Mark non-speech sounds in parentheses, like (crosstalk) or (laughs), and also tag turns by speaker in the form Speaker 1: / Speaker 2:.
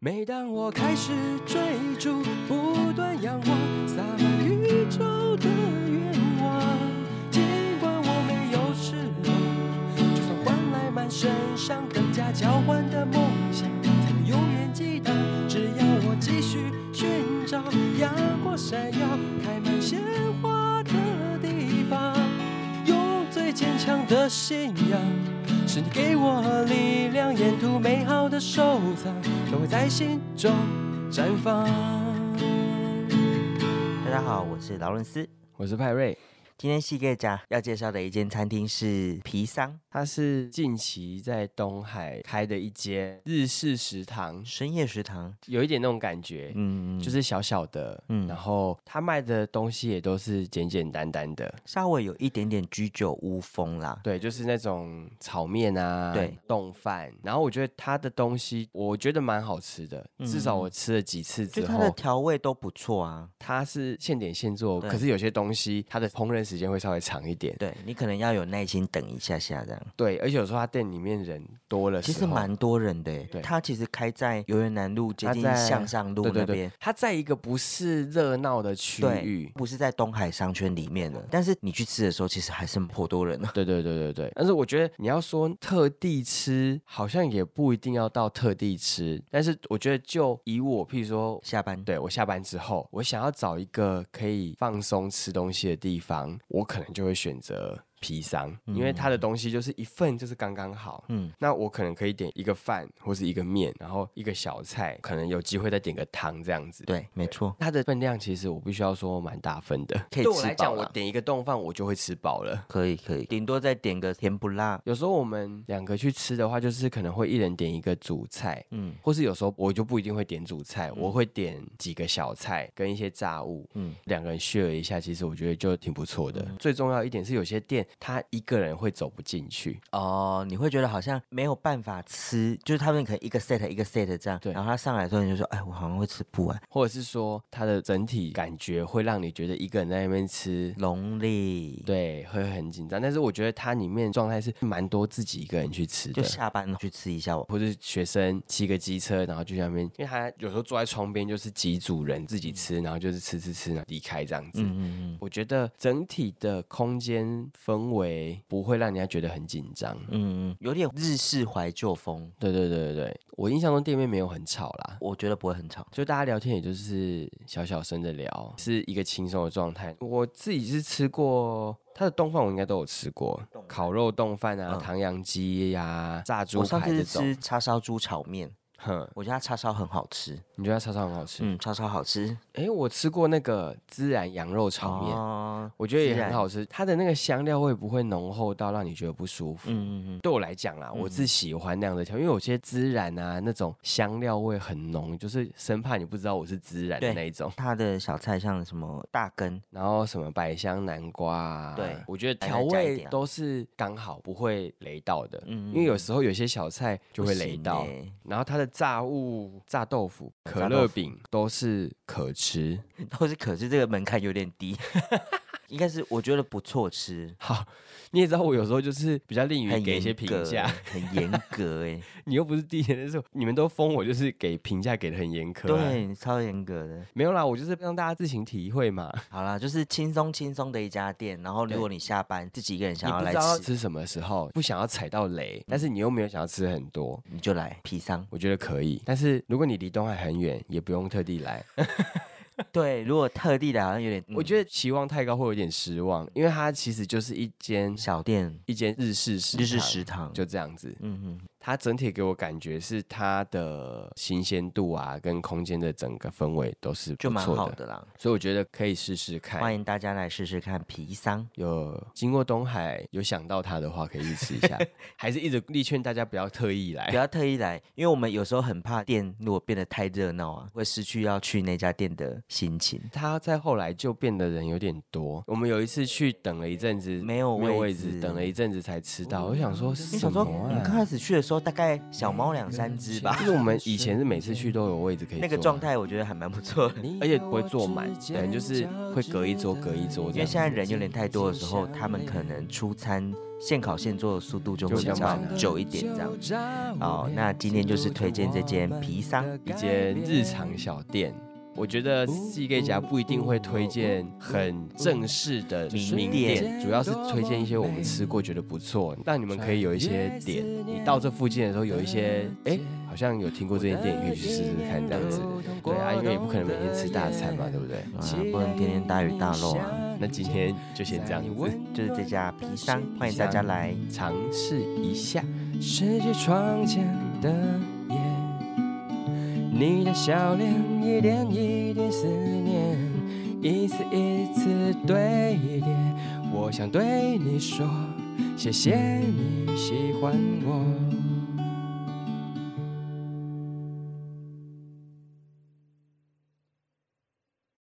Speaker 1: 每当我开始追逐，不断仰望，洒满宇宙的愿望。尽管我没有翅膀，就算换来满身伤，更加交换的梦想，才能永远记得。只要我继续寻找，阳光闪耀，开满鲜花的地方，用最坚强的信仰。是你给我力量，沿途美好的收藏都会在心中绽放。
Speaker 2: 大家好，我是劳伦斯。
Speaker 1: 我是派瑞，
Speaker 2: 今天细个家要介绍的一间餐厅是皮桑
Speaker 1: 它是近期在东海开的一间日式食堂，
Speaker 2: 深夜食堂。
Speaker 1: 有一点那种感觉，
Speaker 2: 嗯，
Speaker 1: 就是小小的，
Speaker 2: 嗯
Speaker 1: 然后他卖的东西也都是简简单单的，
Speaker 2: 稍微有一点点居酒屋风啦。
Speaker 1: 对，就是那种炒面啊，
Speaker 2: 对，
Speaker 1: 冻饭，然后我觉得他的东西我觉得蛮好吃的，至少
Speaker 2: 嗯
Speaker 1: 我吃了几次
Speaker 2: 就
Speaker 1: 之
Speaker 2: 它的
Speaker 1: 后，
Speaker 2: 调味都不错啊。
Speaker 1: 它是现点现做，
Speaker 2: 对
Speaker 1: 可是有些东西它的烹饪时间会稍微长一点。
Speaker 2: 对你可能要有耐心等一下下这样。
Speaker 1: 对，而且有时候它店里面人多了，
Speaker 2: 其实蛮多人的耶
Speaker 1: 对，
Speaker 2: 它其实开在游园南路接
Speaker 1: 它
Speaker 2: 近
Speaker 1: 在
Speaker 2: 向上路
Speaker 1: 对
Speaker 2: 那
Speaker 1: 对对
Speaker 2: 边，，
Speaker 1: 它在一个不是热闹的区
Speaker 2: 对
Speaker 1: 域，。
Speaker 2: 不是在东海商圈里面的。但是你去吃的时候，其实还是颇多人的。啊
Speaker 1: 对对对对对，但是我觉得你要说特地吃，好像也不一定要到特地吃。但是我觉得就以我，譬如说，
Speaker 2: 下班
Speaker 1: 对我下班之后，我想要找一个可以放松吃东西的地方，我可能就会选择皮桑，因为它的东西就是一份就是刚刚好。
Speaker 2: 嗯
Speaker 1: 嗯，那我可能可以点一个饭或是一个面，然后一个小菜，可能有机会再点个汤这样子。
Speaker 2: 对，没错，
Speaker 1: 它的分量其实我必须要说蛮大份的，
Speaker 2: 可以
Speaker 1: 对我
Speaker 2: 吃
Speaker 1: 来
Speaker 2: 饱
Speaker 1: 讲，我
Speaker 2: 啦
Speaker 1: 点一个冻饭我就会吃饱了。
Speaker 2: 可以可以，顶多再点个甜不辣。
Speaker 1: 有时候我们两个去吃的话，就是可能会一人点一个主菜，
Speaker 2: 嗯
Speaker 1: 或是有时候我就不一定会点主菜，我会点几个小菜跟一些炸物，
Speaker 2: 嗯，
Speaker 1: 两个人 share 一下，其实我觉得就挺不错的。最重要一点是，有些店他一个人会走不进去，
Speaker 2: 哦，你会觉得好像没有办法吃，就是他们可能一个 set 一个 set 这样，
Speaker 1: 对
Speaker 2: 然后他上来的时候你就说，哎，我好像会吃不完。
Speaker 1: 或者是说他的整体感觉会让你觉得一个人在那边吃。
Speaker 2: 龙力，
Speaker 1: 对，会很紧张，但是我觉得它里面状态是蛮多自己一个人去吃
Speaker 2: 就
Speaker 1: 的，
Speaker 2: 下班了去吃一下我。
Speaker 1: 或是学生骑个机车，然后就在那边，因为他有时候坐在窗边就是几组人自己吃，然后就是吃吃吃，然后离开这样子。
Speaker 2: 嗯嗯
Speaker 1: 我觉得整体的空间氛围不会让人家觉得很紧张。
Speaker 2: 嗯嗯，有点日式怀旧风，
Speaker 1: 对对对对对，我印象中店面没有很吵啦，
Speaker 2: 我觉得不会很吵。
Speaker 1: 就大家聊天也就是小小声的聊，是一个轻松的状态。我自己是吃过它的冻饭，我应该都有吃过，烤肉冻饭啊、
Speaker 2: 嗯
Speaker 1: 唐扬鸡呀、炸猪
Speaker 2: 我上
Speaker 1: 排
Speaker 2: 次
Speaker 1: 这
Speaker 2: 是
Speaker 1: 种。
Speaker 2: 吃叉烧猪炒面，
Speaker 1: 哼，
Speaker 2: 我觉得它叉烧很好吃。
Speaker 1: 你觉得它叉烧很好吃？
Speaker 2: 嗯，叉烧好吃。
Speaker 1: 哎，我吃过那个孜然羊肉炒面，
Speaker 2: 哦
Speaker 1: 我觉得也
Speaker 2: 孜
Speaker 1: 很
Speaker 2: 然
Speaker 1: 好吃。它的那个香料会不会浓厚到让你觉得不舒服？
Speaker 2: 嗯嗯嗯，
Speaker 1: 对我来讲啦，我
Speaker 2: 嗯
Speaker 1: 是喜欢那样的调，因为有些孜然啊，那种香料味很浓，就是生怕你不知道我是孜然的
Speaker 2: 对
Speaker 1: 那一种。
Speaker 2: 它的小菜像什么大根，
Speaker 1: 然后什么百香南瓜、啊，
Speaker 2: 对
Speaker 1: 我觉得
Speaker 2: 还
Speaker 1: 调
Speaker 2: 能加一
Speaker 1: 味
Speaker 2: 点啊
Speaker 1: 都是刚好，不会雷到的。
Speaker 2: 嗯
Speaker 1: 因为有时候有些小菜就
Speaker 2: 不
Speaker 1: 会雷
Speaker 2: 行
Speaker 1: 到，
Speaker 2: 欸
Speaker 1: 然后它的炸物、炸豆腐、可
Speaker 2: 炸
Speaker 1: 乐
Speaker 2: 豆腐
Speaker 1: 饼都是可吃。
Speaker 2: 都是可是这个门槛有点低， (laughs) 应该是我觉得不错吃。
Speaker 1: 好，你也知道我有时候就是比较吝于
Speaker 2: 很
Speaker 1: 给一些
Speaker 2: 严
Speaker 1: 评
Speaker 2: 格
Speaker 1: 价
Speaker 2: 欸，，很严格
Speaker 1: (laughs)
Speaker 2: 哎，
Speaker 1: 你又不是第一年的时候，你们都封我，就是给评价给的很严苛、啊。，
Speaker 2: 对，超严格的。
Speaker 1: 没有啦，我就是让大家自行体会嘛。
Speaker 2: 好啦，就是轻松轻松的一家店，然后
Speaker 1: 对
Speaker 2: 如果你下班自己一个人
Speaker 1: 你
Speaker 2: 想要
Speaker 1: 不
Speaker 2: 来
Speaker 1: 知道
Speaker 2: 吃，
Speaker 1: 吃什么时候，不想要踩到雷，但是你又没有想要吃很多，
Speaker 2: 你就来
Speaker 1: (laughs)
Speaker 2: 皮桑。
Speaker 1: 我觉得可以。但是如果你离东海很远，也不用特地来。
Speaker 2: 对，如果特地的好像有点，
Speaker 1: 我觉得期望太高会有点失望，因为它其实就是一间
Speaker 2: 得嗯小店
Speaker 1: 一间日式食
Speaker 2: 日式
Speaker 1: 堂
Speaker 2: 食堂，
Speaker 1: 就这样子。
Speaker 2: 嗯嗯，
Speaker 1: 它整体给我感觉是它的新鲜度啊，跟空间的整个氛围都是
Speaker 2: 就
Speaker 1: 不
Speaker 2: 蛮
Speaker 1: 错
Speaker 2: 好
Speaker 1: 的，
Speaker 2: 的啦。
Speaker 1: 所以我觉得可以试试
Speaker 2: 欢
Speaker 1: 看。
Speaker 2: 迎大家来试试看皮桑。
Speaker 1: 有经过东海，有想到它的话，可以去吃一
Speaker 2: (laughs)
Speaker 1: 下。还是一直力劝大家不要特意来 (laughs)
Speaker 2: 不。要特意来，因为我们有时候很怕店如果变得太热闹啊，会失去要去那家店的心情。
Speaker 1: 他在后来就变得人有点多。我们有一次去等了一阵子，
Speaker 2: 没有
Speaker 1: 没有
Speaker 2: 位
Speaker 1: 位
Speaker 2: 置
Speaker 1: 等了一阵子才吃到。我想说
Speaker 2: 你
Speaker 1: 是什
Speaker 2: 想
Speaker 1: 么
Speaker 2: 说，你
Speaker 1: 啊？
Speaker 2: 刚
Speaker 1: 嗯
Speaker 2: 开始去的时候大概小猫两三只吧
Speaker 3: 就，是我们以前是每次去都有位置可以
Speaker 2: 那个
Speaker 3: 坐
Speaker 2: 状
Speaker 3: 啊，
Speaker 2: 态我觉得还蛮不错的。
Speaker 3: 而且不会坐满，可能就是会隔一桌隔一桌
Speaker 2: 因
Speaker 3: 这
Speaker 2: 为现
Speaker 3: 样子。
Speaker 2: 在人有点太多的时候，他们可能出餐现烤现做的速度就会
Speaker 3: 就
Speaker 2: 比
Speaker 3: 比较
Speaker 2: 较
Speaker 3: 慢啊
Speaker 2: 久一点这样。哦，那今天就是推荐这间皮桑，
Speaker 3: 一间日常小店。我觉得 CK 家不一定会推荐很正式的
Speaker 2: 名
Speaker 3: 名
Speaker 2: 店
Speaker 3: 店，主要是推荐一些我们吃过觉得不错，让你们可以有一些点。你到这附近的时候，有一些哎，好像有听过这间店，你可以去试试看这样子。对啊，因为也不可能每天吃大餐嘛，对不对？
Speaker 2: 啊，不能天天大鱼大肉啊。嗯
Speaker 3: 那今天就先这样子
Speaker 2: 就是这家皮桑，欢迎大家来。
Speaker 3: 尝试一下。
Speaker 1: 世界窗前的夜，你的笑脸一点一点思念，一次一次堆叠。我想对你说，谢谢你喜欢我。